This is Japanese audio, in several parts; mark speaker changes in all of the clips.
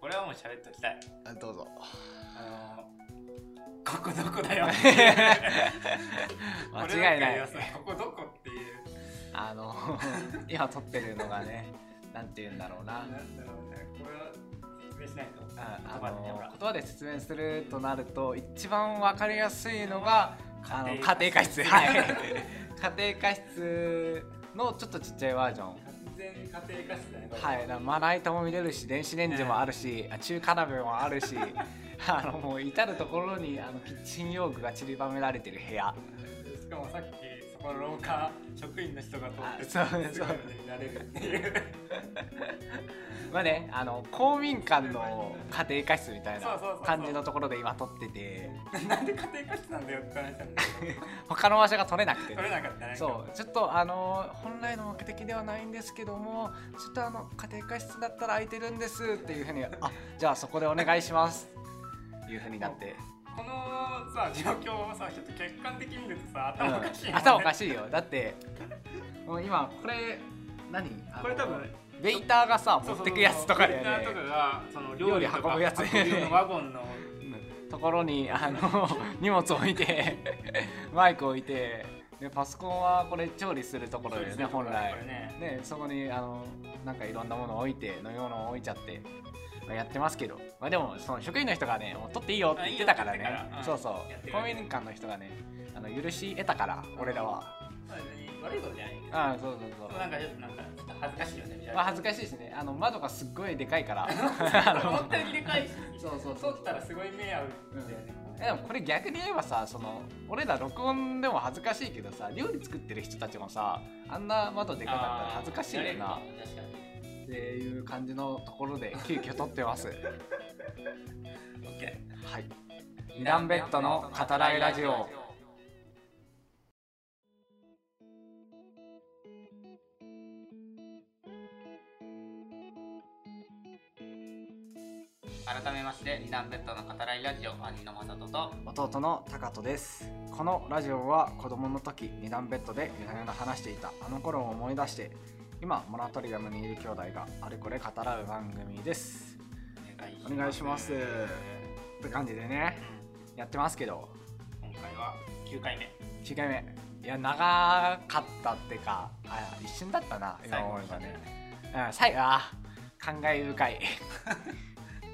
Speaker 1: これはもう喋っときたい
Speaker 2: あどうぞ
Speaker 1: あのここどこだ よこれ
Speaker 3: 間違いな
Speaker 1: ばっ
Speaker 3: い
Speaker 1: かりはさここどこっていう
Speaker 3: あの 今撮ってるのがねなんて言うんだろうな
Speaker 1: なんだろうねこれは説明しないと
Speaker 3: あ
Speaker 1: 言葉
Speaker 3: あ
Speaker 1: でねほ
Speaker 3: の
Speaker 1: ら
Speaker 3: 言葉で説明するとなると一番わかりやすいのがあの家庭科室はい家庭科室のちょっとちっちゃいバージョン
Speaker 1: 完全に家庭科室だねこれ
Speaker 3: はいだからまな板も見れるし電子レンジもあるし、あ中華鍋もあるしあのもう至る所にあのキッチン用具が散りばめられてる部屋
Speaker 1: しかもさっきそこの廊下職員の人が通ってて
Speaker 3: あそうそう
Speaker 1: すぐになれるって いう
Speaker 3: まあねあの公民館の家庭科室みたい
Speaker 1: そう
Speaker 3: な
Speaker 1: そうそうそう
Speaker 3: 感じのところで今撮ってて
Speaker 1: なんで家庭科室なんだよって話したんだけど
Speaker 3: 他の場所が撮れなくて
Speaker 1: 取れなかったね
Speaker 3: そうちょっとあの本来の目的ではないんですけどもちょっとあの家庭科室だったら空いてるんですっていうふうにあじゃあそこでお願いしますっていうふうになって、
Speaker 1: このさ状況をさちょっと客観的に見るとさ頭おかしいよね、
Speaker 3: うん頭おかしいよだってもう今これ何あの
Speaker 1: これ多分
Speaker 3: ウェイターがさ持ってくやつとかだよ
Speaker 1: そうそう
Speaker 3: ね
Speaker 1: そうウェイターとかがその料理とか
Speaker 3: 料理運ぶやつ
Speaker 1: 運ぶワゴンの
Speaker 3: うんところにあの 荷物置いて マイク置いてでパソコンはこれ調理するところだよね本
Speaker 1: これ
Speaker 3: 来
Speaker 1: ね
Speaker 3: ねそこにあのなんかいろんなもの置いて飲み物置いちゃって、まあやってますけど、まあ、でもその職員の人がねもう取っていいよって言ってたからね
Speaker 1: あいいよって言ってたから
Speaker 3: そううんそ
Speaker 1: やって
Speaker 3: う
Speaker 1: る
Speaker 3: 公民館の人がねあの許し得たから俺らは
Speaker 1: まあ別に悪いことじゃないけど
Speaker 3: ああそうそうそう
Speaker 1: なんかちょっとなんかちょっと恥ずかしいよねみたい
Speaker 3: まあ
Speaker 1: な
Speaker 3: 恥ずかしいしねあの窓がすっごいでかいから
Speaker 1: 思ったよりでかいし
Speaker 3: そうそう
Speaker 1: そうったらすごい迷惑だよね、
Speaker 3: えでもこれ逆に言えばさその俺ら録音でも恥ずかしいけどさ料理作ってる人たちもさあんな窓でかかったら恥ずかしいよな
Speaker 1: あー確かに
Speaker 3: っていう感じのところで急遽撮ってます は
Speaker 1: オッケー
Speaker 3: い二段ベッドの語らいラジオ
Speaker 1: 改めまして二段ベッドの語らいラジオ兄の正人と
Speaker 3: 弟のタカトですこのラジオは子供の時二段ベッドで夜な夜な話していたあの頃を思い出して今モラトリアムにいる兄弟があれこれ語らう番組です
Speaker 1: お
Speaker 3: お願いしますって感じでねやってますけど
Speaker 1: 今回は9回目
Speaker 3: 9回目いや長かったってかあ一瞬だったな今思えばねうん最後あ感慨深 い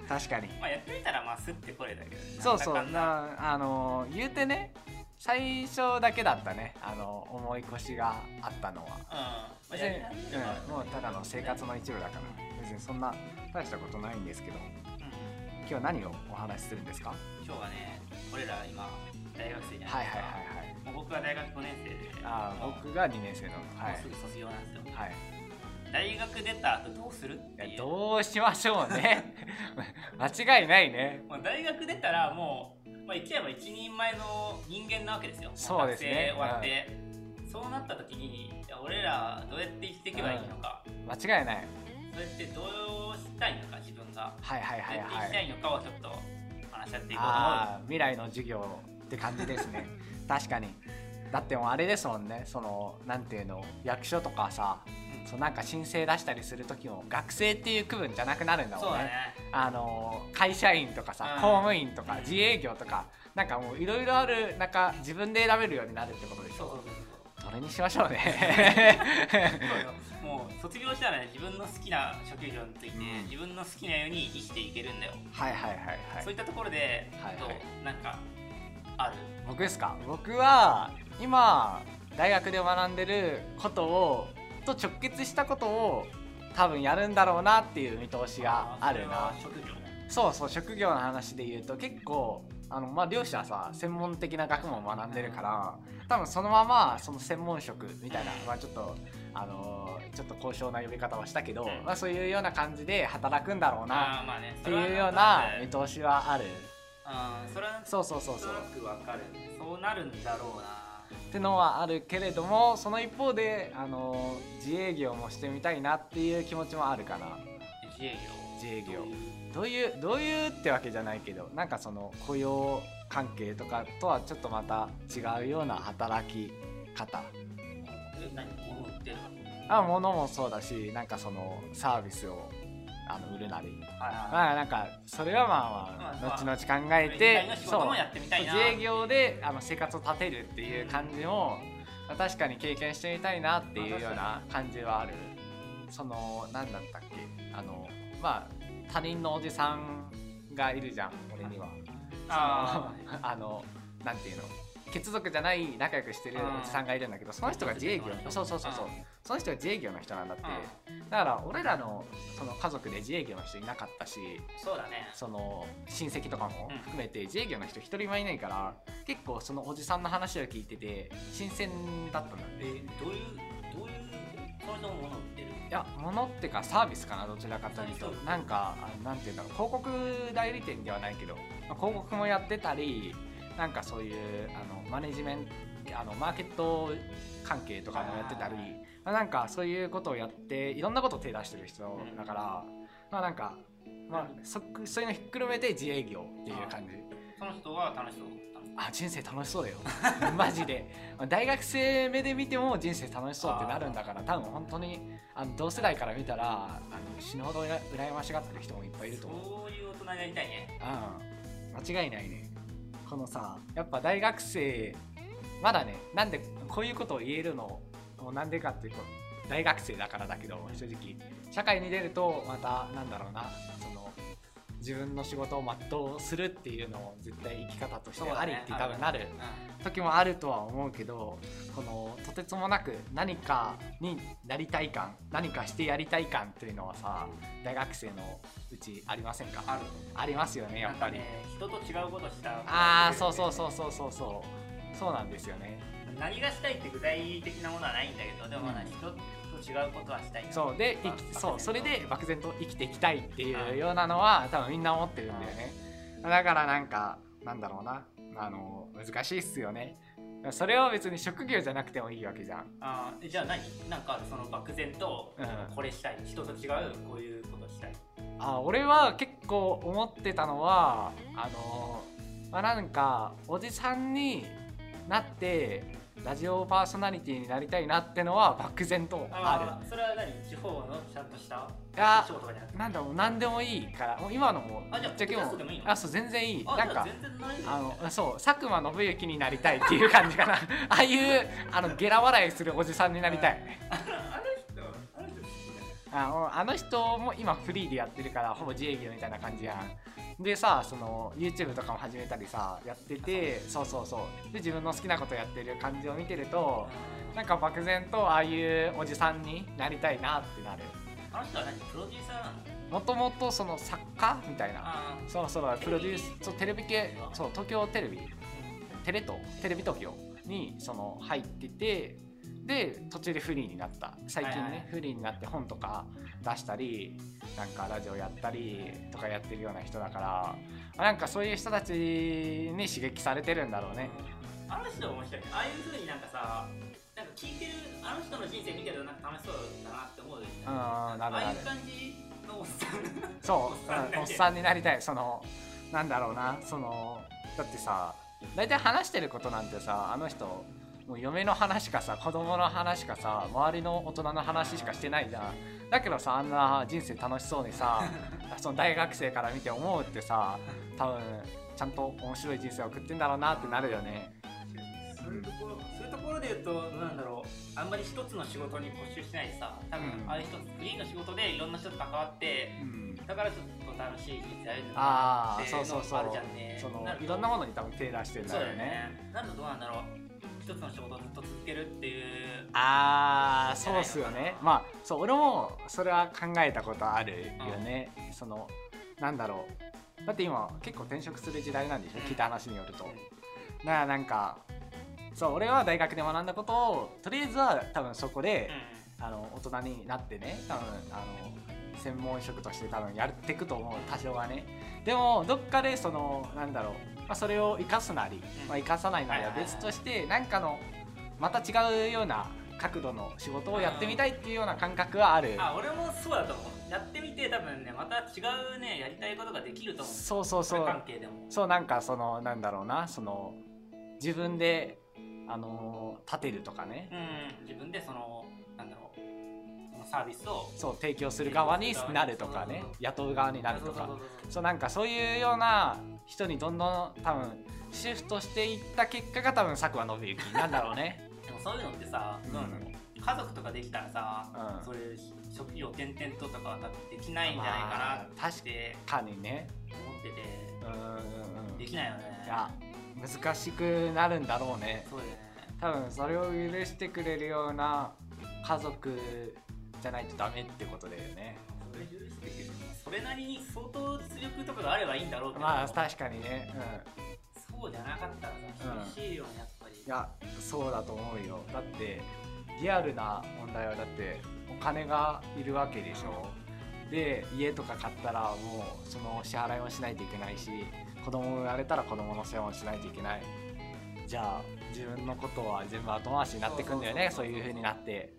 Speaker 3: 確かに
Speaker 1: まあやってみたらまあすってこれだけどね
Speaker 3: そうそう
Speaker 1: なんだかんだ
Speaker 3: なあの言うてね最初だけだったねあの重い腰があったのは
Speaker 1: うんまあ
Speaker 3: 別
Speaker 1: や
Speaker 3: に、
Speaker 1: りたいことはある
Speaker 3: うん、もうただの生活の一部だから別にそんな大したことないんですけど
Speaker 1: うん
Speaker 3: 今日は何をお話しするんですかは
Speaker 1: 今日はね俺ら今大学生じゃ
Speaker 3: い
Speaker 1: な
Speaker 3: はいい
Speaker 1: ですか
Speaker 3: はいはい
Speaker 1: もう僕は大学5年生で
Speaker 3: あ
Speaker 1: もう
Speaker 3: 僕が2年生のは
Speaker 1: もうす
Speaker 3: い
Speaker 1: ぐ卒業なんですよ、
Speaker 3: はい
Speaker 1: 大学出た後どうするって
Speaker 3: い
Speaker 1: い
Speaker 3: や
Speaker 1: う
Speaker 3: どうしましょうね 間違いないね
Speaker 1: もう大学出たらもう、まあ、言っちゃえば一人前の人間なわけですよ
Speaker 3: そうですね
Speaker 1: もう学生終わって、そうなった時にいや俺らどうやって生きていけばいいのか、
Speaker 3: 間違いない
Speaker 1: どうやってどうしたいのか自分が
Speaker 3: はいはい
Speaker 1: ど
Speaker 3: は
Speaker 1: う
Speaker 3: い
Speaker 1: やって生
Speaker 3: は
Speaker 1: きた
Speaker 3: い
Speaker 1: いのかをちょっと話し合っていこうと思うよ
Speaker 3: ああ未来の授業って感じです ね確かにだってもうあれですもんねそのなんていうの役所とかさ
Speaker 1: うん
Speaker 3: そうなんか申請出したりする時も学生っていう区分じゃなくなるんだも
Speaker 1: そ
Speaker 3: ん
Speaker 1: う
Speaker 3: ね
Speaker 1: だね
Speaker 3: あの会社員とかさ
Speaker 1: うん
Speaker 3: 公務員とか自営業とかなんかもういろいろある中自分で選べるようになるってことでし
Speaker 1: そう
Speaker 3: ょ
Speaker 1: そうそう
Speaker 3: どれにしましょう ね
Speaker 1: そうそうよもう卒業したらね自分の好きな職業について、
Speaker 3: うん
Speaker 1: 自分の好きなように生きていけるんだよ、
Speaker 3: はいはいはいはい
Speaker 1: そういったところで、
Speaker 3: はい
Speaker 1: どう
Speaker 3: はい
Speaker 1: なんかある
Speaker 3: 僕ですか僕は今大学で学んでることをと直結したことを多分やるんだろうなっていう見通しがあるな
Speaker 1: それは職業
Speaker 3: そうそう職業の話で言うと結構あのまあ両者はさ専門的な学問を学んでるから多分そのままその専門職みたいなまあちょっとあのーちょっと高尚な呼び方はしたけど、まあ、そういうような感じで働くんだろうな
Speaker 1: あーまあね
Speaker 3: っ
Speaker 1: そ
Speaker 3: て
Speaker 1: れは
Speaker 3: いうような
Speaker 1: なん
Speaker 3: 見
Speaker 1: と
Speaker 3: 通しはある
Speaker 1: なくうんそれはなん
Speaker 3: そうそうそうそ
Speaker 1: とな
Speaker 3: う
Speaker 1: くわかるそうなるんだろうな
Speaker 3: ってのはあるけれどもその一方であの自営業もしてみたいなっていう気持ちもあるかな
Speaker 1: 自営業
Speaker 3: 自営業
Speaker 1: どういう
Speaker 3: どういうどういうってわけじゃないけどなんかその雇用関係とかとはちょっとまた違うような働き方
Speaker 1: え何物売ってるの
Speaker 3: あ物もそうだしなんかそのサービスをあの売るなり
Speaker 1: は
Speaker 3: まあなんかそれはまあま
Speaker 1: ま
Speaker 3: あ
Speaker 1: あ
Speaker 3: 後々考え
Speaker 1: い
Speaker 3: て
Speaker 1: の仕
Speaker 3: そう
Speaker 1: 事もやってみたいな
Speaker 3: 自営業であの生活を立てるっていう感じも、まあ確かに経験してみたいなっていうような感じはあるその何だったっけあのまあ他人のおじさんがいるじゃん俺には
Speaker 1: あ
Speaker 3: その あのなんていうの血族じゃない仲良くしてるおじさんがいるんだけどその人が自営業
Speaker 1: うん
Speaker 3: そうそうそうそう
Speaker 1: うん
Speaker 3: その人が自営業の人なんだってだから俺らのその家族で自営業の人いなかったし
Speaker 1: そうだね
Speaker 3: その親戚とかも
Speaker 1: うん
Speaker 3: 含めて自営業の人一人もいないから結構そのおじさんの話を聞いてて新鮮だったんだって
Speaker 1: えどう
Speaker 3: い
Speaker 1: いうどういうその人も物売ってる
Speaker 3: や物ってかサービスかなどちらかという
Speaker 1: そ
Speaker 3: と
Speaker 1: うそう
Speaker 3: なんかあのなんていうんだろう広告代理店ではないけどまあ広告もやってたりなんかそういうあのマネジメントあのマーケット関係とかもやってたり
Speaker 1: はい
Speaker 3: まあなんかそういうことをやっていろんなことを手出してる人だから、まあなんか、まあ、そそういうのひっくるめて自営業っていう感じ。
Speaker 1: その人は楽しそう楽し
Speaker 3: あ人生楽しそうだよ マジで大学生目で見ても人生楽しそうってなるんだから多分本当にあの同世代から見たらあの死ぬほどうら羨ましがってる人もいっぱいいると
Speaker 1: そ
Speaker 3: 思う、
Speaker 1: ういう大人になりたいね
Speaker 3: うん、間違いないねこのさやっぱ大学生まだねなんでこういうことを言えるのもうなんでかっていうと大学生だからだけど正直社会に出るとまたなんだろうなその自分の仕事を全うするっていうのを絶対生き方としてありって多分なる
Speaker 1: うん
Speaker 3: 時もあるとは思うけどこのとてつもなく何かになりたい感何かしてやりたい感というのはさ大学生のうちありませんか
Speaker 1: ある
Speaker 3: ありますよねやっぱり、
Speaker 1: なんかね人と違うことした
Speaker 3: ああそうそうそうそうそうそうそうなんですよね
Speaker 1: 何がしたいって具体的なものはないんだけどでもまあ
Speaker 3: うん
Speaker 1: 人と違うことはしたいな
Speaker 3: そうで
Speaker 1: まあ
Speaker 3: 生
Speaker 1: 漠
Speaker 3: き
Speaker 1: 然と
Speaker 3: そうそれで漠然と生きていきたいっていうようなのは多分みんな思ってるんだよねだからなんかなんだろうなあの難しいっすよねそれは別に職業じゃなくてもいいわけじゃん
Speaker 1: あーじゃあ何なんかその漠然と
Speaker 3: うん
Speaker 1: これしたい人と違うこういうことしたい
Speaker 3: あ俺は結構思ってたのはあのまあなんかおじさんになってラジオパーソナリティになりたいなってのは漠然とあ
Speaker 1: ーそれは何地方のちゃんとした
Speaker 3: いや
Speaker 1: 地方とかじゃなく
Speaker 3: る
Speaker 1: て
Speaker 3: なんだろう何でもいいからもう今のも
Speaker 1: あじゃあ
Speaker 3: ぶっちゃけも
Speaker 1: ポッドキャストでもいいの
Speaker 3: あそう全然いい
Speaker 1: あ
Speaker 3: なん
Speaker 1: じゃあ
Speaker 3: か
Speaker 1: 全然ない
Speaker 3: あのそう佐久間信行になりたいっていう感じかなああいうあのゲラ笑いするおじさんになりたい
Speaker 1: あの人あの人好きだね
Speaker 3: あのあの人も今フリーでやってるからほぼ自営業みたいな感じやんでさその YouTube とかも始めたりさやっててそうそうそうで自分の好きなことやってる感じを見てるとなんか漠然とああいうおじさんになりたいなってなる
Speaker 1: あの人は何プロデューサーなの
Speaker 3: もともとその作家みたいな
Speaker 1: あ
Speaker 3: そうそうプロデュースそうテレビ系そう東京テレビテレ東テレビ東京にその入っててで途中でフリーになった最近ね、
Speaker 1: はいはいはい
Speaker 3: フリーになって本とか出したりなんかラジオやったりとかやってるような人だからまあなんかそういう人たちに刺激されてるんだろうね
Speaker 1: あの人面白いねああいうふうになんかさなんか聞いてるあの人の人生見てるとなんか楽しそうだなって思うよね
Speaker 3: うんなるな
Speaker 1: ああい
Speaker 3: る
Speaker 1: う感じのおっさん
Speaker 3: そう
Speaker 1: おっさんになり
Speaker 3: う
Speaker 1: た
Speaker 3: ん
Speaker 1: い
Speaker 3: おっさんになりたいそのなんだろうなそのだってさ大体話してることなんてさあの人もう嫁の話かさ子供の話かさ周りの大人の話しかしてないじゃんだけどさあんな人生楽しそうに さその大学生から見て思うってさ多分ちゃんと面白い人生を送ってんだろうなってなるよね
Speaker 1: そういうところそういうところで言うとなんだろうあんまり一つの仕事に固執しないでさ多
Speaker 3: う
Speaker 1: 分
Speaker 3: ん
Speaker 1: ああいう一つフリーの仕事でいろんな人と関わって
Speaker 3: うん
Speaker 1: だからちょっと楽しい人生歩んでるな
Speaker 3: あ
Speaker 1: っ
Speaker 3: あ
Speaker 1: て
Speaker 3: そうそうそう
Speaker 1: あるじゃんね
Speaker 3: その
Speaker 1: なると
Speaker 3: いろんなものに多分手出してるん
Speaker 1: そう
Speaker 3: だ
Speaker 1: だ
Speaker 3: よ
Speaker 1: よ
Speaker 3: ね
Speaker 1: ねなんだどうなんだろう一つの仕事をずっと続けるっていう
Speaker 3: ああそうっすよねまあそう俺もそれは考えたことあるよね、そのなんだろうだって今結構転職する時代なんでしょ、
Speaker 1: うん
Speaker 3: 聞いた話によると、
Speaker 1: うん
Speaker 3: だからなんかそう俺は大学で学んだことをとりあえずは多分そこで、あの大人になってね多分あの専門職として多分やっていくと思う多少はねでもどっかでそのなんだろう、まあ、それを生かすなり、
Speaker 1: うん
Speaker 3: まあ、生かさないなりは別として何かのまた違うような角度の仕事をやってみたいっていうような感覚はある
Speaker 1: あ俺もそうだと思うやってみて多分ねまた違うねやりたいことができると思う
Speaker 3: そうそうそ
Speaker 1: れ
Speaker 3: う
Speaker 1: 関係でも
Speaker 3: そうなんかそのなんだろうなその自分であの立てるとかね
Speaker 1: うん自分でそのなんだろうサービスを
Speaker 3: そう提供する側になるとかね雇う側になると
Speaker 1: そう
Speaker 3: か
Speaker 1: そうそうそう
Speaker 3: そうなんかそういうような人にどんどん多分シフトしていった結果が多分佐久間信行なんだろ うね
Speaker 1: でもそういうのってさ、
Speaker 3: うん
Speaker 1: どうなの家族とかできたらさ、
Speaker 3: うん
Speaker 1: そういう職業転々ととかは多分できないんじゃないか
Speaker 3: まあ
Speaker 1: なって
Speaker 3: かにね
Speaker 1: 思ってて、
Speaker 3: うんうんうん
Speaker 1: で
Speaker 3: い
Speaker 1: きないよね。
Speaker 3: や難しくなるんだろうね
Speaker 1: そうだよね。
Speaker 3: 多分それを許してくれるような家族じゃないとダメってことだよね
Speaker 1: それ許してくれるそれなりに相当実力とかがあればいいんだろうけど、
Speaker 3: まあ確かにねうん
Speaker 1: そうじゃなかったらさ
Speaker 3: う、
Speaker 1: 厳
Speaker 3: ん
Speaker 1: しいよね、やっぱり。
Speaker 3: いやそうだと思うよだってリアルな問題はだってお金がいるわけでしょで家とか買ったらもうその支払いもしないといけないし子供生まれたら子供の世話もしないといけないじゃあ自分のことは全部後回しになってくんだよね
Speaker 1: そ
Speaker 3: そう
Speaker 1: そうそうそう
Speaker 3: ういう風になって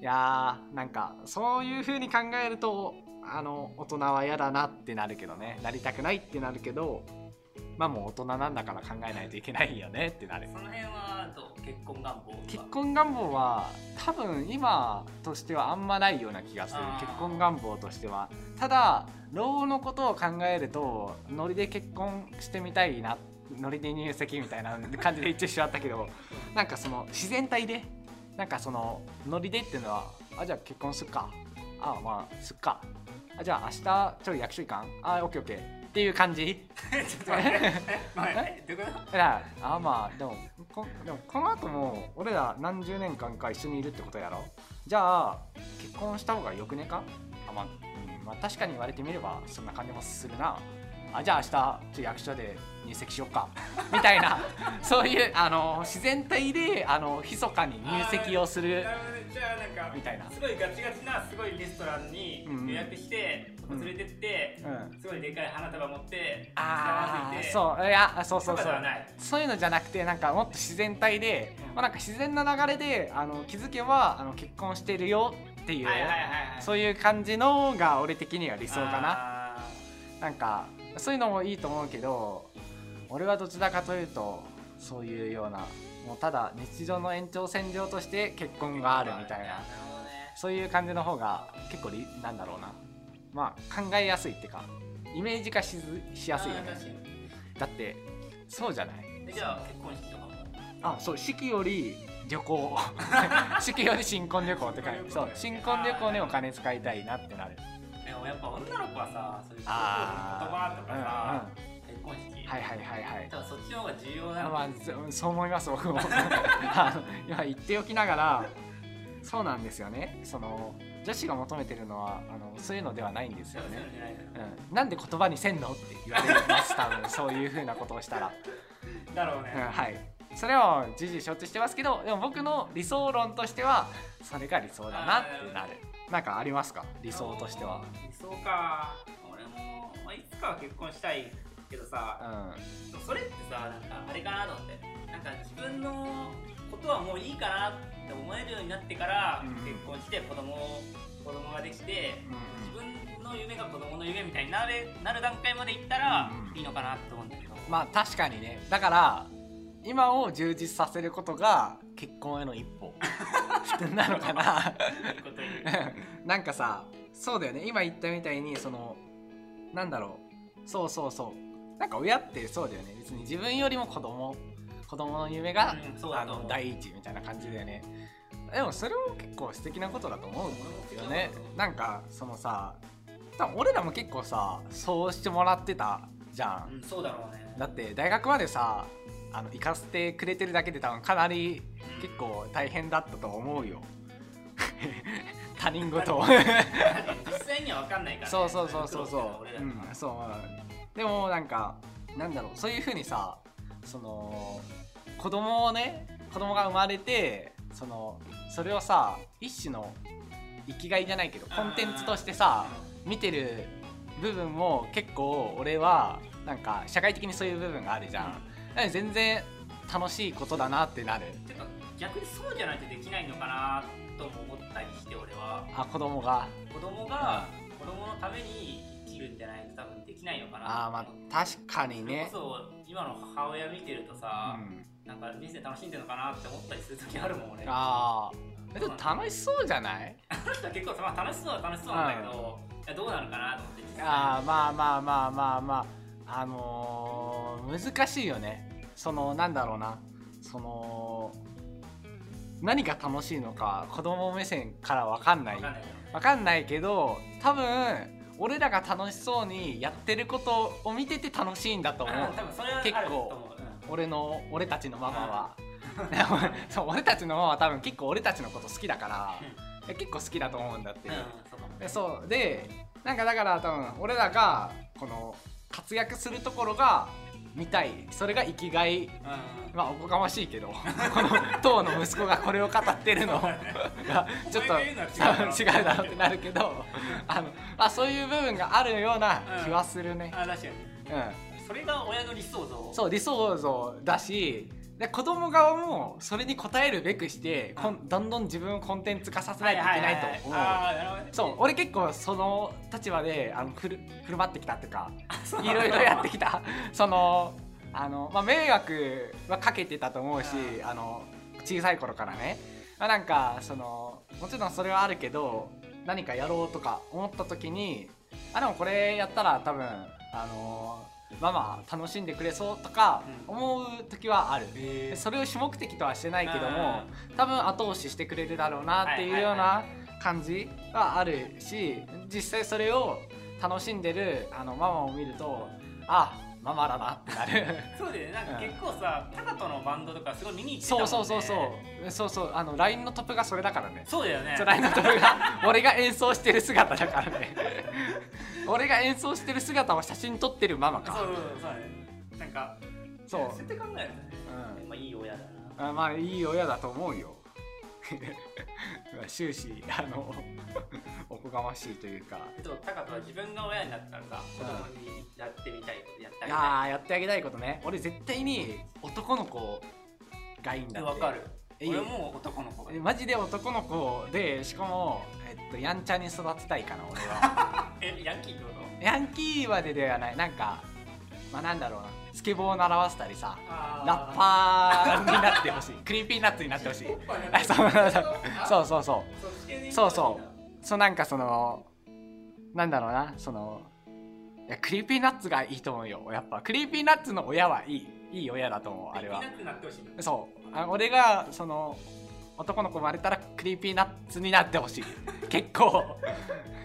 Speaker 3: いやーなんかそういう風に考えるとあの大人は嫌だなってなるけどねなりたくないってなるけどまあもう大人なんだから考えないといけないよねってなる
Speaker 1: その辺はどう結婚願望とか
Speaker 3: 結婚願望は多分今としてはあんまないような気がする
Speaker 1: あー
Speaker 3: 結婚願望としてはただ老後のことを考えるとノリで結婚してみたいなノリで入籍みたいな感じで言ってしまったけどなんかその自然体でなんかそのノリでっていうのはあじゃあ結婚すっかあまあすっかあじゃあ明日ちょい役所行かんあオッケーオッケーっていう感じ
Speaker 1: ちょっと 待って 待ってどういうこ
Speaker 3: いやあまあでもこでもこの後も俺ら何十年間か一緒にいるってことやろじゃあ結婚した方がよくねかあまあ、うんまあ、確かに言われてみればそんな感じもするなあじゃあ明日ちょっと役所で入籍しよっか みたいなそういうあの自然体であの密かに入籍をす
Speaker 1: と
Speaker 3: る
Speaker 1: なるほどねじゃあなんか
Speaker 3: みたいな
Speaker 1: すごいガチガチなすごいレストランに
Speaker 3: うん
Speaker 1: 予約して、そこ連れてって
Speaker 3: う、ん
Speaker 1: すごいでかい花束持って
Speaker 3: あ
Speaker 1: 下まずい
Speaker 3: あ
Speaker 1: て
Speaker 3: そういやそうそう
Speaker 1: とかで
Speaker 3: そう
Speaker 1: はない
Speaker 3: そういうのじゃなくてなんかもっと自然体で、まあ、なんか自然な流れであの気づけばあの結婚してるよっていう、
Speaker 1: はいはいはいはい
Speaker 3: そういう感じのが俺的には理想かな
Speaker 1: な
Speaker 3: なんかそういうのもいいと思うけど俺はどちらかというとそういうようなもうただ日常の延長線上として結婚があるみたい
Speaker 1: なる
Speaker 3: な
Speaker 1: ほどね
Speaker 3: そういう感じの方が結構りなんだろうなまあ考えやすいっていうかイメージ化しずしやすいよ
Speaker 1: あー
Speaker 3: ね
Speaker 1: 確かに
Speaker 3: だってそうじゃない
Speaker 1: えじゃあ結婚式とかも
Speaker 3: あそう式より旅 行式より新婚旅行って感じそう新婚旅行にお金使いたいなってなる
Speaker 1: でもやっぱ女の子はさそういう言葉
Speaker 3: あ
Speaker 1: と
Speaker 3: ー
Speaker 1: かさ、結婚式、
Speaker 3: はいはいはいはい
Speaker 1: 多分そっちの方が重要な
Speaker 3: あ
Speaker 1: の
Speaker 3: まあそそう思います僕も あの今言っておきながらそうなんですよねその女子が求めてるのはあのそういうのではないんです
Speaker 1: そ
Speaker 3: よ
Speaker 1: うそういう
Speaker 3: ね
Speaker 1: のじゃないのよ
Speaker 3: うん、なんで言葉にせんのって言われます多分そういうふうなことをしたら、
Speaker 1: だろう
Speaker 3: うん、
Speaker 1: ね、
Speaker 3: はいそれは時々承知してますけどでも僕の理想論としてはそれが理想だなってなるなんかありますか理想としては
Speaker 1: 理想か俺も、まあ、いつかは結婚したいけど
Speaker 3: う
Speaker 1: さ、
Speaker 3: ん
Speaker 1: それってさなんかあれかなと思ってなんか自分のことはもういいかなって思えるようになってから
Speaker 3: うん
Speaker 1: 結婚して子供を子供ができて
Speaker 3: うん
Speaker 1: 自分の夢が子供の夢みたいになれなる段階までいったら
Speaker 3: うん
Speaker 1: いいのかなと思うんだけど、
Speaker 3: まあ確かにねだから今を充実させることが結婚への一 歩なのかな
Speaker 1: いいこと言う
Speaker 3: なんかさそうだよね今言ったみたいにそのなんだろうそうそうそうなんか親ってそうだよね別に自分よりも子供子供の夢 が、
Speaker 1: うんそうだ
Speaker 3: あ
Speaker 1: と思う
Speaker 3: の第一みたいな感じだよねでもそれも結構素敵なことだと思うんだよねなんかそのさ多分俺らも結構さそうしてもらってたじゃん
Speaker 1: うん、そうだろうね
Speaker 3: だって大学までさあの行かせてくれてるだけで多分かなり
Speaker 1: うん
Speaker 3: 結構大変だったと 思うよ他人事を
Speaker 1: 実際には分かんないから、ね、
Speaker 3: そうそうそう
Speaker 1: 苦
Speaker 3: そう
Speaker 1: 労し
Speaker 3: そ
Speaker 1: てるのは俺だから
Speaker 3: ううんそうでもなんかなんだろうそういうふうにさその子供をね子供が生まれてそのそれをさ一種の生きがいじゃないけどコンテンツとしてさ見てる部分も結構俺はなんか社会的にそういう部分があるじゃん、だから全然楽しいことだなってなる
Speaker 1: てか逆にそうじゃないとできないのかなとも思ったりして俺は
Speaker 3: あ子供が
Speaker 1: 子供が子供のために生きるんじゃないと多分できないのかな
Speaker 3: あーまあ確か
Speaker 1: そ
Speaker 3: に
Speaker 1: れこ
Speaker 3: ね
Speaker 1: そ今の母親見てると
Speaker 3: う
Speaker 1: さ、
Speaker 3: ん
Speaker 1: なんか人生楽しんでるのかなって思ったりする時あるもん俺
Speaker 3: あえでも楽しそうじゃない
Speaker 1: あの人は結構、まあ、楽しそうは楽しそうなんだけど、いやどうなのかなと思って実際
Speaker 3: あーまあまあまあまあまああのー難しいよねそのなんだろうなその何が楽しいのか子供目線から分かんない
Speaker 1: わかんないけど
Speaker 3: わかんないけど多分俺らが楽しそうにやってることを見てて楽しいんだと思う
Speaker 1: あ多分それはある
Speaker 3: 結
Speaker 1: と
Speaker 3: 構
Speaker 1: 思う、うん
Speaker 3: 俺の俺たちのママはでも そう俺たちのママは多分結構俺たちのこと好きだ から結構好きだと思うんだって、
Speaker 1: うん、そうかも
Speaker 3: でそうでなんかだから多分俺らがこの活躍するところが見たいそれが生きがい
Speaker 1: うん
Speaker 3: まあおこがましいけどこの当の息子がこれを語ってるのがちょっと
Speaker 1: お前が言うのは違う
Speaker 3: 違うだろうってなるけどあの、まあ、そういう部分があるような気はするね、
Speaker 1: あ確かに
Speaker 3: う
Speaker 1: それが親の理想像
Speaker 3: ん、そう理想像だしで子供側もそれに応えるべくしてこんどんどん自分をコンテンツ化させないといけないと思う。
Speaker 1: ああーなるほどね
Speaker 3: そう俺結構その立場であのふる振る舞ってきたっていうか
Speaker 1: そう
Speaker 3: いろいろやってきた そのあの、まあ、迷惑はかけてたと思うしあの小さい頃からね、まあ、なんかそのもちろんそれはあるけど何かやろうとか思った時にあでもこれやったら多分あのママ楽しんでくれそうとか
Speaker 1: う
Speaker 3: 思う時はある、
Speaker 1: へー
Speaker 3: それを主目的とはしてないけども
Speaker 1: あ
Speaker 3: 多分後押ししてくれるだろうなっていうよう
Speaker 1: はいはい
Speaker 3: な感じはあるし実際それを楽しんでるあのママを見るとあママだなっ てなる
Speaker 1: そうだよねなんか結構さタカトのバンドとかすごい見に行ってたもん
Speaker 3: そ
Speaker 1: ね
Speaker 3: うそうそうそうそうそうあの LINE のトップがそれだからね
Speaker 1: そうだよね
Speaker 3: そう LINE のトップが俺が演奏してる姿だからね俺が演奏してる姿を写真撮ってるママ
Speaker 1: そう
Speaker 3: か
Speaker 1: そうそうだねなんか
Speaker 3: そう、
Speaker 1: そうやって考えるとね
Speaker 3: うん
Speaker 1: まあいい親だな
Speaker 3: あまあいい親だと思うよ 終始あの おこがましいというか
Speaker 1: でもタカトは自分が親になったらさ子供にやってみたいことやってあげた
Speaker 3: あーやってあげたいことね俺絶対に男の子がいいんだ
Speaker 1: い
Speaker 3: っ
Speaker 1: で
Speaker 3: て
Speaker 1: わかる
Speaker 3: え
Speaker 1: 俺も男の子が
Speaker 3: えマジで男の子でしかも、えっと、やんちゃに育てたいかな俺 は
Speaker 1: えヤンキーってこと
Speaker 3: ヤンキーまでではないなんかまあなんだろうなスケボーを習わせたりさラッ
Speaker 1: ー
Speaker 3: パーになって ほしいクリーピーナッツになってほしいあそうそうそうそう
Speaker 1: そっち系でいいんだ
Speaker 3: そうそうそうなんかそのなんだろうなそのいやクリーピーナッツがいいと思うよやっぱクリーピーナッツの親はいいいい親だと思うあれは
Speaker 1: ピーナッツになってほしいな
Speaker 3: そうあ俺がその男の子生まれたらクリーピーナッツになってほしい結構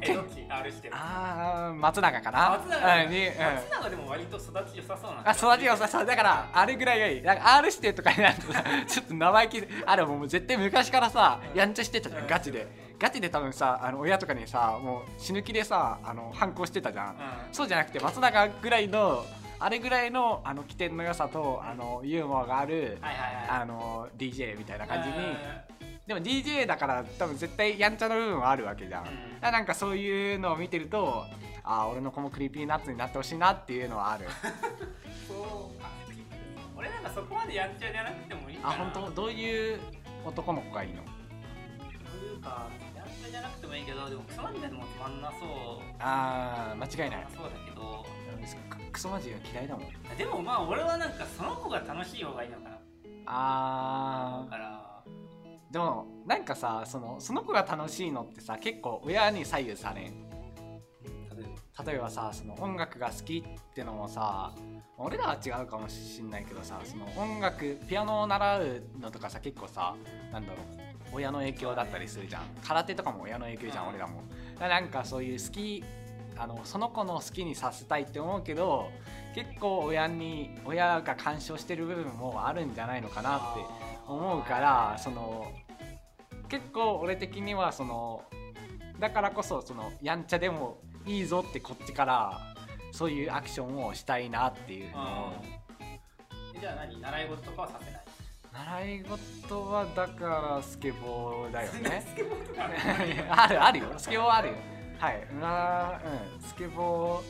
Speaker 1: えどっ ち R してる
Speaker 3: ああ松永かな
Speaker 1: 松永
Speaker 3: うんに、うん
Speaker 1: 松永でも割と育ち良さそうな
Speaker 3: あ育ちよさそうだからあれぐらいがいいなんか R 指定とかになるとさ ちょっと生意気あれもう絶対昔からさ
Speaker 1: うん
Speaker 3: やんちゃしてたじゃんガチでガチで多分さあの親とかにさもう死ぬ気でさあの反抗してたじゃん、
Speaker 1: う
Speaker 3: そうじゃなくて松永ぐらいのあれぐらいのあの起点の良さとあのユーモアがある
Speaker 1: んはいはいはい
Speaker 3: あの DJ みたいな感じに
Speaker 1: う
Speaker 3: でも DJ だから多分絶対やんちゃな部分はあるわけじゃ
Speaker 1: ん
Speaker 3: ん、だからなんかそういうのを見てるとああ俺の子もクリーピーナッツになってほしいなっていうのはある
Speaker 1: そうあ俺なんかそこまでやっちゃうじゃなくてもいいかな
Speaker 3: あ本当どういう男の子がいいの
Speaker 1: というかやっちゃうじゃなくてもいいけどでもクソマジでもつまんなそう
Speaker 3: あー間違いない
Speaker 1: そうだけど
Speaker 3: ククソマジが嫌いだもん
Speaker 1: でもまあ俺はなんかその子が楽しい方がいいのかな
Speaker 3: あ
Speaker 1: だから
Speaker 3: ーでもなんかさそのその子が楽しいのってさ結構親に左右されん
Speaker 1: 例えば
Speaker 3: 例えばさその音楽が好きってのもさ俺らは違うかもしんないけどさその音楽ピアノを習うのとかさ結構さなんだろう親の影響だったりするじゃん空手とかも親の影響じゃん俺らもだからなんかそういう好きあのその子の好きにさせたいって思うけど結構親に親が干渉してる部分もあるんじゃないのかなって思うからその結構俺的にはそのだからこそそのやんちゃでもいいぞってこっちからそういうアクションをしたいなっていうのを
Speaker 1: うんじゃあ何習い事とかはさせない
Speaker 3: 習い事はだからスケボーだよね
Speaker 1: スケボーとか
Speaker 3: あるあるよスケボーあるよはいなうんスケボ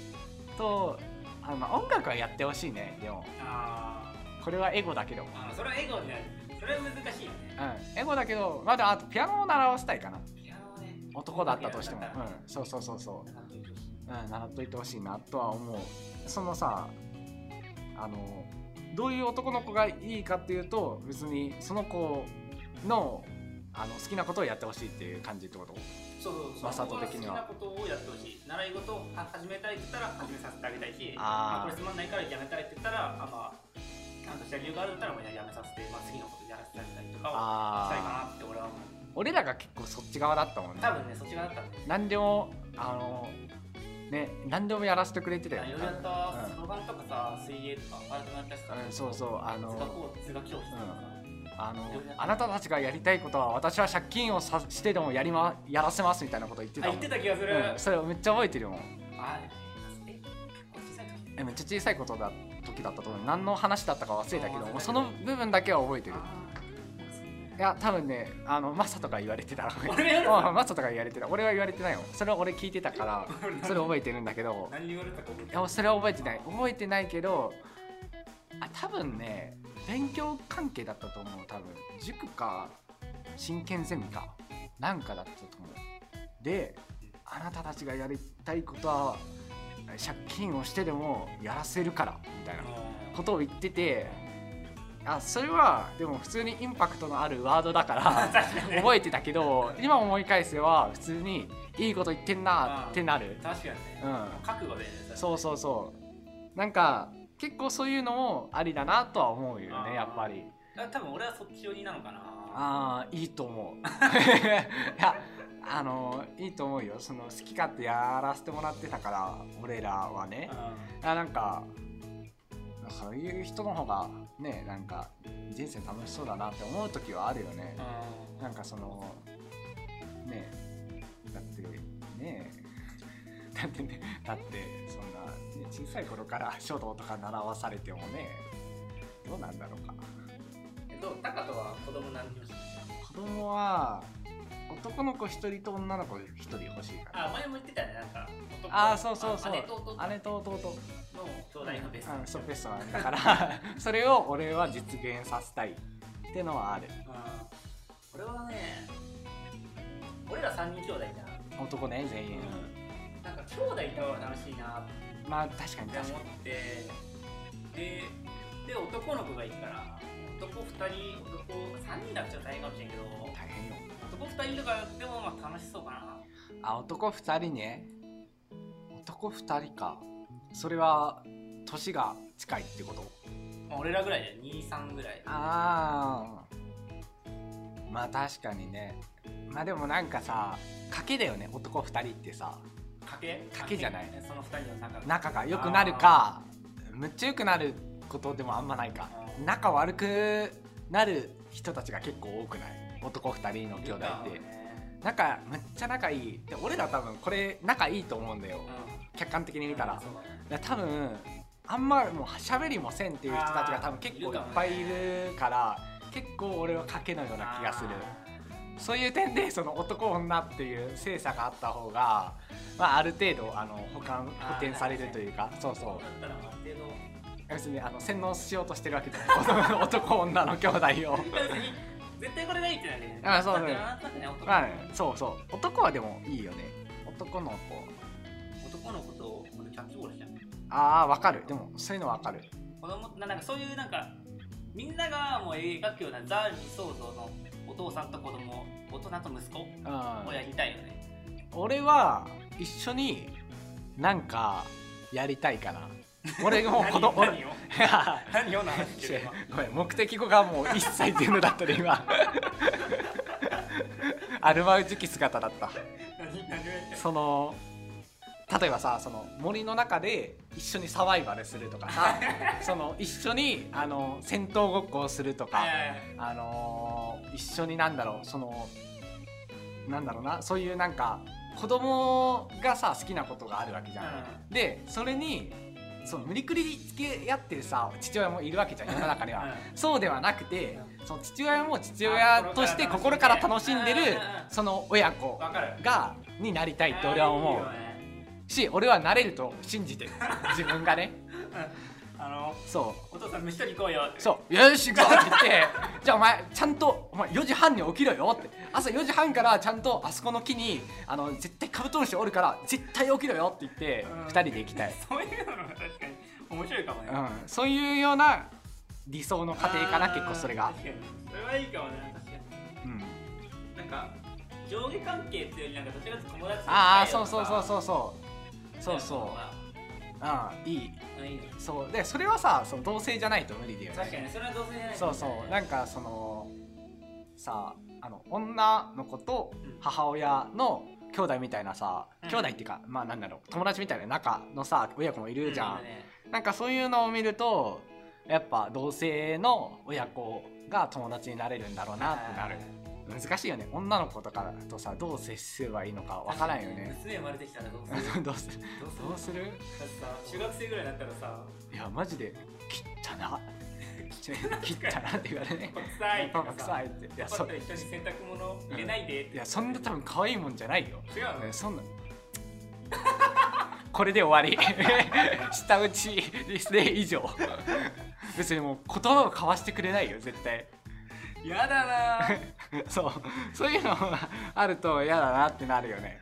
Speaker 3: ーとあの音楽はやってほしいねでも
Speaker 1: あ
Speaker 3: これはエゴだけど
Speaker 1: ーあのそれはエゴになるそれは難しいよね
Speaker 3: うんエゴだけどまだあとピアノを習わせたいかな
Speaker 1: ピアノはね
Speaker 3: 男だったとしても、
Speaker 1: ピアノだったら
Speaker 3: うん、そうそうそうそう
Speaker 1: なんていうの
Speaker 3: うん、習っといてほしいなとは思うそのさあのどういう男の子がいいかっていうと別にその子のあの好きなことをやってほしいっていう感じってこと
Speaker 1: そうそうそう
Speaker 3: マサト的には
Speaker 1: 僕が好きなことをやってほしい習い事をは始めたいって言ったら始めさせてあげたいしまあ、
Speaker 3: あ
Speaker 1: これ
Speaker 3: ー
Speaker 1: つまんないからやめたいって言ったらあまあちゃんとした理由があるんだったらもうやめさせて、まあ、次のことやらせてあげたりとかをしたいか
Speaker 3: あー
Speaker 1: なって俺は思う
Speaker 3: 俺らが結構そっち側だったもんね
Speaker 1: 多分ねそっち側だったんで
Speaker 3: 何でもあのね何でもやらせてくれてたよ
Speaker 1: い
Speaker 3: ね
Speaker 1: ろいろやったそろばんとかさ水泳とかバイトもやったし
Speaker 3: 多
Speaker 1: さ
Speaker 3: 分うんそうそうあ
Speaker 1: 図画
Speaker 3: の
Speaker 1: こう図画教室とか
Speaker 3: あの
Speaker 1: いろいろやった
Speaker 3: あなたたちがやりたいことは私は借金をさしてでもやりまやらせますみたいなこと言って
Speaker 1: あ
Speaker 3: たも
Speaker 1: 言
Speaker 3: ん
Speaker 1: ってた気がする、
Speaker 3: うん、それめっちゃ覚えてるもん
Speaker 1: あえ結構小さい時
Speaker 3: えめっちゃ小さいことだ時だったと思う何の話だったか忘れたけど
Speaker 1: あー
Speaker 3: もうその部分だけは覚えてる
Speaker 1: あ
Speaker 3: いや多分ねあのマサとか言われて た
Speaker 1: ー俺がやる
Speaker 3: うんマサとか言われてた俺は言われてないよそれは俺聞いてたからそれ覚えてるんだけど
Speaker 1: 何言われたか覚えて
Speaker 3: い
Speaker 1: ない
Speaker 3: やそれは覚えてない覚えてないけどあ多分ね勉強関係だったと思う多分塾か真剣ゼミかなんかだったと思うであなたたちがやりたいことは借金をしてでもやらせるからみたいなことを言っててあそれはでも普通にインパクトのあるワードだから
Speaker 1: 確かにね
Speaker 3: 覚えてたけど今思い返せば普通にいいこと言ってんなってなる
Speaker 1: 確かにね
Speaker 3: うん
Speaker 1: 覚悟でね
Speaker 3: そうそうそうなんか結構そういうのもありだなとは思うよ
Speaker 1: あー
Speaker 3: ねやっぱり
Speaker 1: あ多分俺はそっち寄りなのかな
Speaker 3: ああいいと思う いやあのいいと思うよその好き勝手やらせてもらってたから俺らはね
Speaker 1: う
Speaker 3: あなんかそういう人の方がねなんか人生楽しそうだなって思う時はあるよね
Speaker 1: ん
Speaker 3: なんかそのねだってね だってねだってそんな、ね、小さい頃から書道とか習わされてもねどうなんだろうか
Speaker 1: えっとタカトは子供何人欲しい
Speaker 3: 子供は男の子一人と女の子一人欲しいから
Speaker 1: あ前も言ってたねなんか男
Speaker 3: あーそうそうそう
Speaker 1: あ姉と弟の
Speaker 3: 姉と弟
Speaker 1: 兄弟のベスト
Speaker 3: うんそうベストなんだから それを俺は実現させたいってのはある
Speaker 1: うん俺はね俺ら三人兄弟じゃん
Speaker 3: 男ね全員、
Speaker 1: なんか兄弟いた方が楽しいなっ
Speaker 3: まあ確かに
Speaker 1: て
Speaker 3: 確
Speaker 1: 思
Speaker 3: かに
Speaker 1: ってでで男の子がいるから男2人男3人だったら大変かもしれんけど
Speaker 3: 大変よ
Speaker 1: 男2人とかでもまあ楽しそうかな
Speaker 3: あ男2人ね男2人かそれは年が近いってこと
Speaker 1: まあ、俺らぐらいだよ23ぐらい
Speaker 3: ああまあ確かにねまあでもなんかさ賭けだよね男2人ってさ
Speaker 1: 賭け
Speaker 3: 賭けじゃない
Speaker 1: その2人の中が
Speaker 3: 仲が良くなるかむっちゃ良くなることでもあんまないか
Speaker 1: うん
Speaker 3: 仲悪くなる人たちが結構多くない男2人の兄弟
Speaker 1: だ
Speaker 3: って仲むっちゃ仲いいで俺ら多分これ仲いいと思うんだよ客観的に見たら
Speaker 1: そうだね
Speaker 3: だから多分あんまもう喋りもせんっていう人たちが多分結構いっぱいいるから結構俺は賭けのような気がするそういう点でその男女っていう性差があった方が、まあ、ある程度あの補完
Speaker 1: あー
Speaker 3: 補填されるというかそう
Speaker 1: あー
Speaker 3: そ
Speaker 1: だったらある程度
Speaker 3: う別にあの洗脳しようとしてるわけじゃない男女の 兄弟を
Speaker 1: 別に絶対これがいいってなるね
Speaker 3: あそうだ
Speaker 1: だ
Speaker 3: ね
Speaker 1: ってなんとなくね男,、
Speaker 3: まあそうそう男はでもいいよね男の子
Speaker 1: 男の子と俺キャッチボールしちゃう
Speaker 3: ああわかるでもそういうのわかる
Speaker 1: 子供ななんかそういうなんかみんながもう描くようなザ・理想像のお父さんと子供大人と息子
Speaker 3: うん
Speaker 1: をやりたいよね、
Speaker 3: 俺は一緒になんかやりたいかな 俺もう子供
Speaker 1: 何何
Speaker 3: 俺
Speaker 1: を
Speaker 3: いや
Speaker 1: 何をな話して
Speaker 3: 違
Speaker 1: る
Speaker 3: う
Speaker 1: 今
Speaker 3: ごめん目的語がもう一切全部だったね 今アルマウジキ姿だった
Speaker 1: 何何をやってる
Speaker 3: その例えばさその森の中で一緒にサバイバルするとか さその一緒にあの戦闘ごっこをするとか、
Speaker 1: はいはいはい
Speaker 3: あのー一緒になんだろうそのなんだろうなそういうなんか子供がさ好きなことがあるわけじゃん。でそれにその無理くり付き合ってるさ父親もいるわけじゃん世の中には。
Speaker 1: う
Speaker 3: そうではなくてその父親も父親として心から楽しんでる
Speaker 1: うんうんうん
Speaker 3: その親
Speaker 1: ん
Speaker 3: 子
Speaker 1: わかる
Speaker 3: がになりたいって俺は思
Speaker 1: あーいいよ
Speaker 3: う
Speaker 1: ね
Speaker 3: し俺はなれると信じてる自分がね
Speaker 1: あの
Speaker 3: そう
Speaker 1: お父さん飯取り行こうよって
Speaker 3: そう「よし行くぞ」って言って「じゃあお前ちゃんとお前4時半に起きろよ」って朝4時半からちゃんとあそこの木にあの絶対カブトムシおるから絶対起きろよって言って
Speaker 1: うん
Speaker 3: 2人で行きたい、
Speaker 1: そういうのが確かに面白いかもね
Speaker 3: うん、そういうような理想の家庭かな
Speaker 1: あー
Speaker 3: 結構それが、
Speaker 1: 確かにそれはいいかもね確かに
Speaker 3: うん、
Speaker 1: 上下関係っていうよりなんかどちらかというと友達と
Speaker 3: ああそうそうそうそうそうそうそう
Speaker 1: う
Speaker 3: うんいい
Speaker 1: んいいね
Speaker 3: そうでそれはさその同性じゃないと無理だよね
Speaker 1: 確かにそれは同性じゃない
Speaker 3: そうそうなんかそのさあの女の子と
Speaker 1: うん
Speaker 3: 母親の兄弟みたいなさ、
Speaker 1: うん
Speaker 3: 兄弟っていうかまあなんだろう友達みたいな仲のさ親子もいるじゃん、
Speaker 1: うね
Speaker 3: なんかそういうのを見るとやっぱ同性の親子が友達になれるんだろうなってなる難しいよね女の子とかとさどう接すればいいのかわからんよね
Speaker 1: 娘生まれてきたらどうす
Speaker 3: どうする
Speaker 1: どうする
Speaker 3: どうする
Speaker 1: だってさ中学生ぐらいになったらさ
Speaker 3: いやマジで切ったな切ったなって言われね
Speaker 1: 「臭い」と
Speaker 3: パ
Speaker 1: か
Speaker 3: パ
Speaker 1: さ
Speaker 3: 臭いっていや
Speaker 1: パパ
Speaker 3: そ
Speaker 1: と一緒に洗濯物入れないで」
Speaker 3: いやそんな多分可愛いもんじゃないよ
Speaker 1: 違うの
Speaker 3: ねそんな これで 終わり舌打ちリスで以上別にもう言葉を交わしてくれないよ絶対
Speaker 1: やだなぁ
Speaker 3: そうそういうのがあると嫌だなってなるよね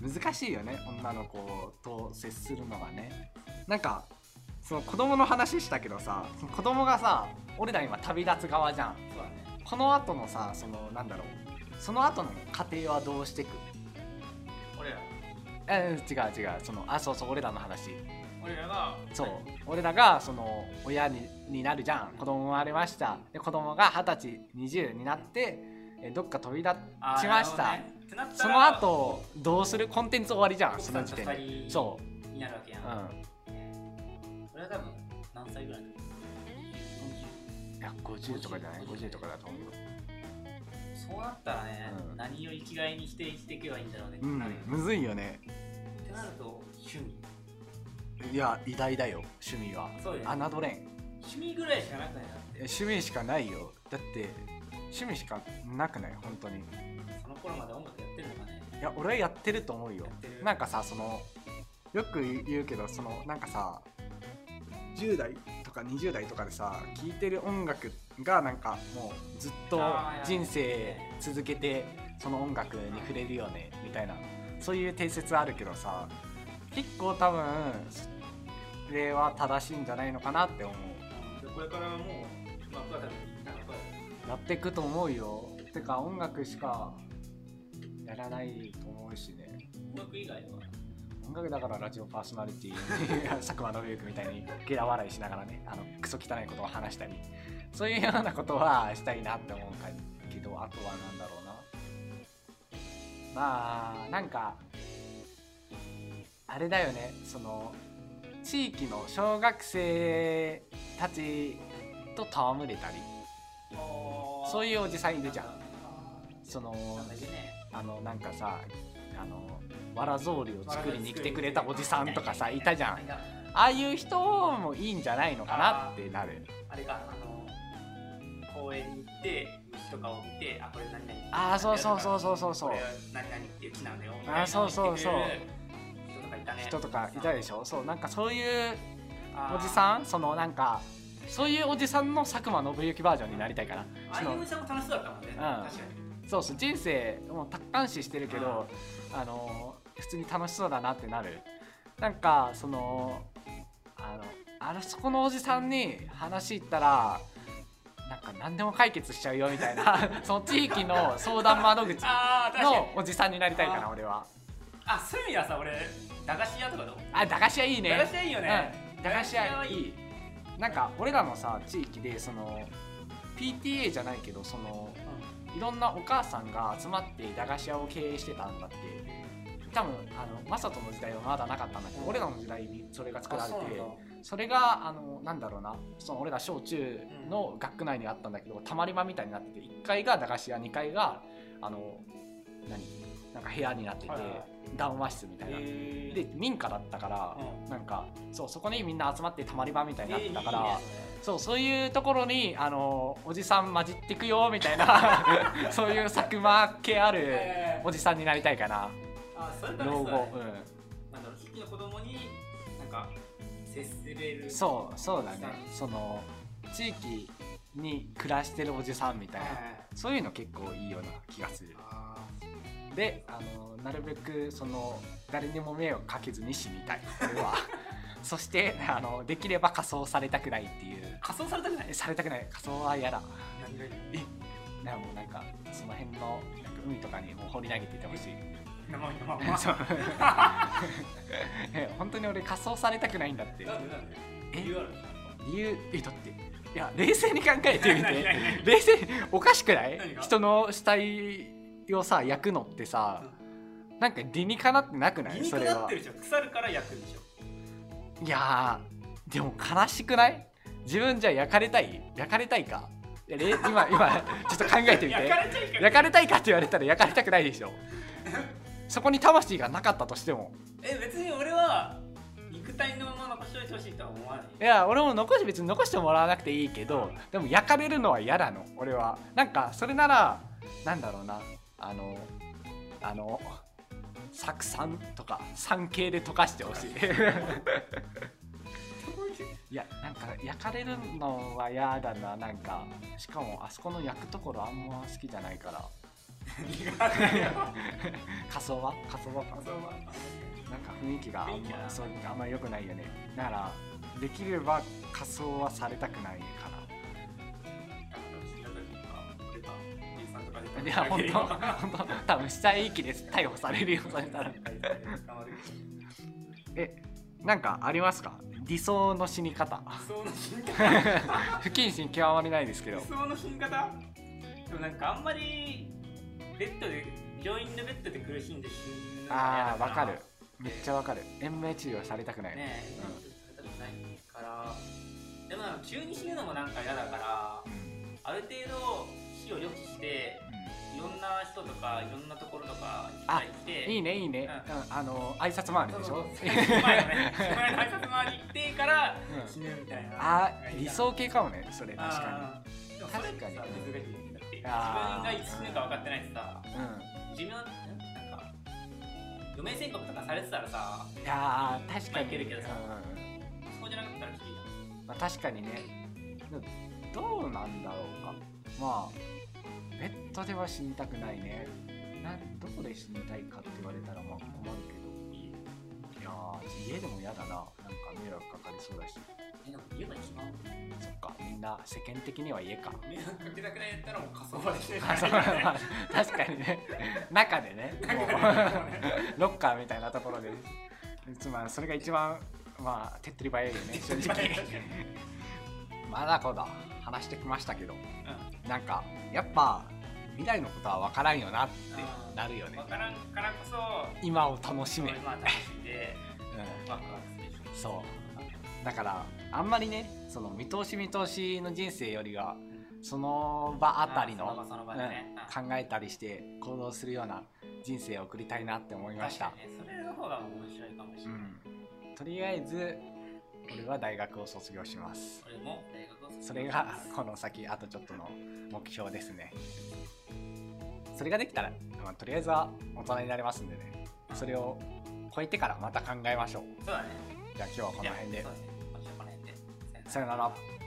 Speaker 3: 難しいよね女の子と接するのがねなんかその子供の話したけどさその子供がさ俺ら今旅立つ側じゃん
Speaker 1: そうだね
Speaker 3: この後のさそのなんだろうその後の家庭はどうしてく
Speaker 1: 俺ら
Speaker 3: え違う違うそのあそうそう俺らの話
Speaker 1: 俺らが
Speaker 3: そう俺らがその親にになるじゃん子供生まれましたで子供が二十歳20になってえどっか飛び立
Speaker 1: あー
Speaker 3: ちました、
Speaker 1: なるほどねってなったら
Speaker 3: その後どうするコンテンツ終わりじゃん
Speaker 1: 奥
Speaker 3: そ
Speaker 1: さ
Speaker 3: の
Speaker 1: ん
Speaker 3: 時
Speaker 1: と
Speaker 3: 点で
Speaker 1: 二人
Speaker 3: そ
Speaker 1: になるわけや
Speaker 3: う、
Speaker 1: ん、これは多分何歳ぐらいだろう
Speaker 3: うん、いや50とかじゃない50とかだと思う
Speaker 1: そうなったらね、
Speaker 3: うん
Speaker 1: 何を生きがいにして生きていけばいいんだろうねって
Speaker 3: う
Speaker 1: なるよ
Speaker 3: ん
Speaker 1: ね、
Speaker 3: むずいよね
Speaker 1: ってなると趣味
Speaker 3: いや偉大だよ趣味は
Speaker 1: そうよね
Speaker 3: 侮れん
Speaker 1: 趣味ぐらいしかなくないなって
Speaker 3: 趣味しかないよだって趣味しかなくない本当に
Speaker 1: その頃まで音楽やってるのかね
Speaker 3: いや俺はやってると思うよ
Speaker 1: やってる
Speaker 3: なんかさそのよく言うけどそのなんかさ10代とか20代とかでさ聴いてる音楽がなんかもうずっと
Speaker 1: あー
Speaker 3: 人生続けてその音楽に触れるよねみたいなそういう定説あるけどさ結構多分それは正しいんじゃないのかなって思う
Speaker 1: でこれからもう僕は多分なんか
Speaker 3: やっていくと思うよてか音楽しかやらないと思うしね
Speaker 1: 音楽以外は
Speaker 3: 音楽だからラジオパーソナリティ 佐久間信行みたいにゲラ笑いしながらねあのクソ汚いことを話したりそういうようなことはしたいなって思うけどあとはなんだろうなまあなんかあれだよねその地域の小学生たちと戯れたりそういうおじさんいるじゃんその
Speaker 1: なんだっけね
Speaker 3: あのなんかさあのわらぞうりを作りに来てくれたおじさんとかさいたじゃんああいう人もいいんじゃないのかなってなる
Speaker 1: あれかあの公園に行って虫とかを見てあこれ何々
Speaker 3: ああそうそうそうそうそうそう
Speaker 1: これは何々っていう木なんだよみたいな
Speaker 3: あーそうそうそう
Speaker 1: 人とかいたね
Speaker 3: 人とかいたでしょそうなんかそういうおじ
Speaker 1: ん
Speaker 3: さんそのなんかそういうおじさんの佐久間信行バージョンになりたいかな
Speaker 1: ああ
Speaker 3: そ
Speaker 1: いう
Speaker 3: の
Speaker 1: おじさんも楽しそうだったもんね、
Speaker 3: ん
Speaker 1: 確か
Speaker 3: そうそう人生もう達観視してるけどあの普通に楽しそうだなってなるなんかそのあのあそこのおじさんに話行ったらなんか何でも解決しちゃうよみたいな その地域の相談窓口
Speaker 1: にああ確かに
Speaker 3: のおじさんになりたいか
Speaker 1: あ
Speaker 3: な俺は
Speaker 1: あそういう意味ではさ俺駄菓子屋とかどう、
Speaker 3: あ駄菓子屋いいね
Speaker 1: 駄菓子屋いいよね、
Speaker 3: うん駄菓子屋い
Speaker 1: い
Speaker 3: いなんか俺らのさ地域でその PTA じゃないけどそのいろんなお母さんが集まって駄菓子屋を経営してたんだって多分あのマサトの時代はまだなかったんだけど俺らの時代にそれが作られてそれがあのなんだろうなその俺ら小中の学区内にあったんだけどたまり場みたいになってて1階が駄菓子屋2階があの何なんか部屋になってて
Speaker 1: はいはい
Speaker 3: 談話室みたいな。で民家だったから、なんかそうそこにみんな集まってたまり場みたいになってたから、そうそういうところにあのおじさん混じってくよみたい なそういう佐久間系ある
Speaker 1: え
Speaker 3: おじさんになりたいかな
Speaker 1: あそれ楽しそう
Speaker 3: 老
Speaker 1: だ
Speaker 3: 後
Speaker 1: ね、
Speaker 3: う
Speaker 1: なんだろう地域の子供になんか接すれる
Speaker 3: ん、そうそうだねその地域に暮らしてるおじさんみたい
Speaker 1: はいはい
Speaker 3: な
Speaker 1: はい
Speaker 3: そういうの結構いいような気がする
Speaker 1: あ
Speaker 3: であのなるべくその誰にも迷惑かけずに死にたいこれは そしてあのできれば仮装されたくないっていう
Speaker 1: ー仮装されたくない
Speaker 3: えされたくない仮装は嫌だ
Speaker 1: 何がいい
Speaker 3: なんかもうなんかその辺のなんか海とかにもう放り投げていってほしい
Speaker 1: 生身のまんま
Speaker 3: そう え本当に俺仮装されたくないんだって
Speaker 1: なんでなんで
Speaker 3: え
Speaker 1: 理由ある
Speaker 3: 理由えだっていや冷静に考えてみ
Speaker 1: 何
Speaker 3: て
Speaker 1: 何何
Speaker 3: 冷静におかしくない
Speaker 1: 何が
Speaker 3: 人の死体をさ焼くのってさなんか理にかなってなくない
Speaker 1: 理に
Speaker 3: そ
Speaker 1: か
Speaker 3: れ
Speaker 1: な
Speaker 3: は
Speaker 1: ってるじゃん腐るから焼くんでしょ
Speaker 3: いやーでも悲しくない自分じゃ焼かれたい焼かれたいかいやれ今今ちょっと考えてみ
Speaker 1: 焼
Speaker 3: て
Speaker 1: かれちゃいけない
Speaker 3: 焼かれたいかって言われたら焼かれたくないでしょそこに魂がなかったとしても
Speaker 1: え別に俺は肉体のまま残しておいてほしいとは思わない
Speaker 3: いや俺も残し別に残してもらわなくていいけどでも焼かれるのは嫌なの俺はなんかそれならなんだろうなあのあの酢酸とか酸系で溶かしてほしいいやなんか焼かれるのは嫌だななんかしかもあそこの焼くところあんま好きじゃないから
Speaker 1: 苦手よ
Speaker 3: 仮想は仮想はか
Speaker 1: そうま
Speaker 3: なんか雰囲気があん
Speaker 1: 雰囲気
Speaker 3: ま
Speaker 1: が
Speaker 3: そうあんま良くないよねだからできれば仮装はされたくないかな
Speaker 1: あ
Speaker 3: いや、本当、本当、多分死体遺棄です。逮捕されるよ、それなら。え、なんかありますか。理想の死に方。
Speaker 1: 理想の死に方
Speaker 3: 不謹慎極まりないですけど
Speaker 1: 理。想の死に方でもなんかあんまりベッドで病院のベッドで苦しんで死ぬのが嫌
Speaker 3: あ
Speaker 1: だ
Speaker 3: あ、わかる
Speaker 1: ね。
Speaker 3: めっちゃわかる。延命治療されたくない。
Speaker 1: え、そういうことないからでもなんか急に死ぬのもなんか嫌だから
Speaker 3: うん
Speaker 1: ある程度死を予期していろんな人とかいろんなところとか行ったりし
Speaker 3: う
Speaker 1: て
Speaker 3: んいいね、いいね。うんあの、挨拶回り
Speaker 1: そう
Speaker 3: でし
Speaker 1: そう
Speaker 3: ょ
Speaker 1: そう。前のね前の挨拶回り行ってから
Speaker 3: うん
Speaker 1: 死ぬみたいな
Speaker 3: あー、理想系かもね、それ確か
Speaker 1: あーでもそれってさ
Speaker 3: 確かに
Speaker 1: 別々にだって自分
Speaker 3: あー
Speaker 1: がいつ死ぬか分かってないしさ
Speaker 3: に。う
Speaker 1: 自分なんか余命宣告とかされてたらさ
Speaker 3: ん。いやー、確か
Speaker 1: まあい
Speaker 3: に。
Speaker 1: け
Speaker 3: う
Speaker 1: るけどさ
Speaker 3: ん
Speaker 1: そうじゃなかったらきついじゃ
Speaker 3: まあ、確かにねどうなんだろうかまあベッドでは死にたくないねなどこで死にたいかって言われたらまあ困るけどいやー家でも嫌だななんか迷惑かかりそうだし
Speaker 1: んえなんか言えば一番
Speaker 3: そっかみんな世間的に は家か
Speaker 1: 迷惑かけたくないやったらもう仮想場で 死ぬ
Speaker 3: あそうまあ確かにね中でねもうロッカーみたいなところでつまりそれが一番ま あ手っ取り早いよね正直まだこだ話してきましたけどなんかやっぱ未来のことは分からんよなってなるよね
Speaker 1: 分からんからこそ
Speaker 3: 今を楽し
Speaker 1: 今
Speaker 3: め、
Speaker 1: は楽しんで
Speaker 3: う
Speaker 1: ワクワクするし
Speaker 3: ん、そうだからあんまりねその見通し見通しの人生よりはその場あたりの
Speaker 1: あその場その場でね
Speaker 3: うん考えたりして行動するような人生を送りたいなって思いました
Speaker 1: 確、かにねそれの方が面白いかもし
Speaker 3: う
Speaker 1: れない
Speaker 3: ん、とりあえず俺は大学を卒業します
Speaker 1: それも大学を卒業
Speaker 3: それがこの先あとちょっとの目標ですねそれができたら、まあ、とりあえずは大人になれますんでねそれを超えてからまた考えましょう
Speaker 1: そうだね
Speaker 3: じゃあ今日はこの辺
Speaker 1: じ
Speaker 3: で
Speaker 1: ゃあそうだね今週はこの辺で
Speaker 3: さよなら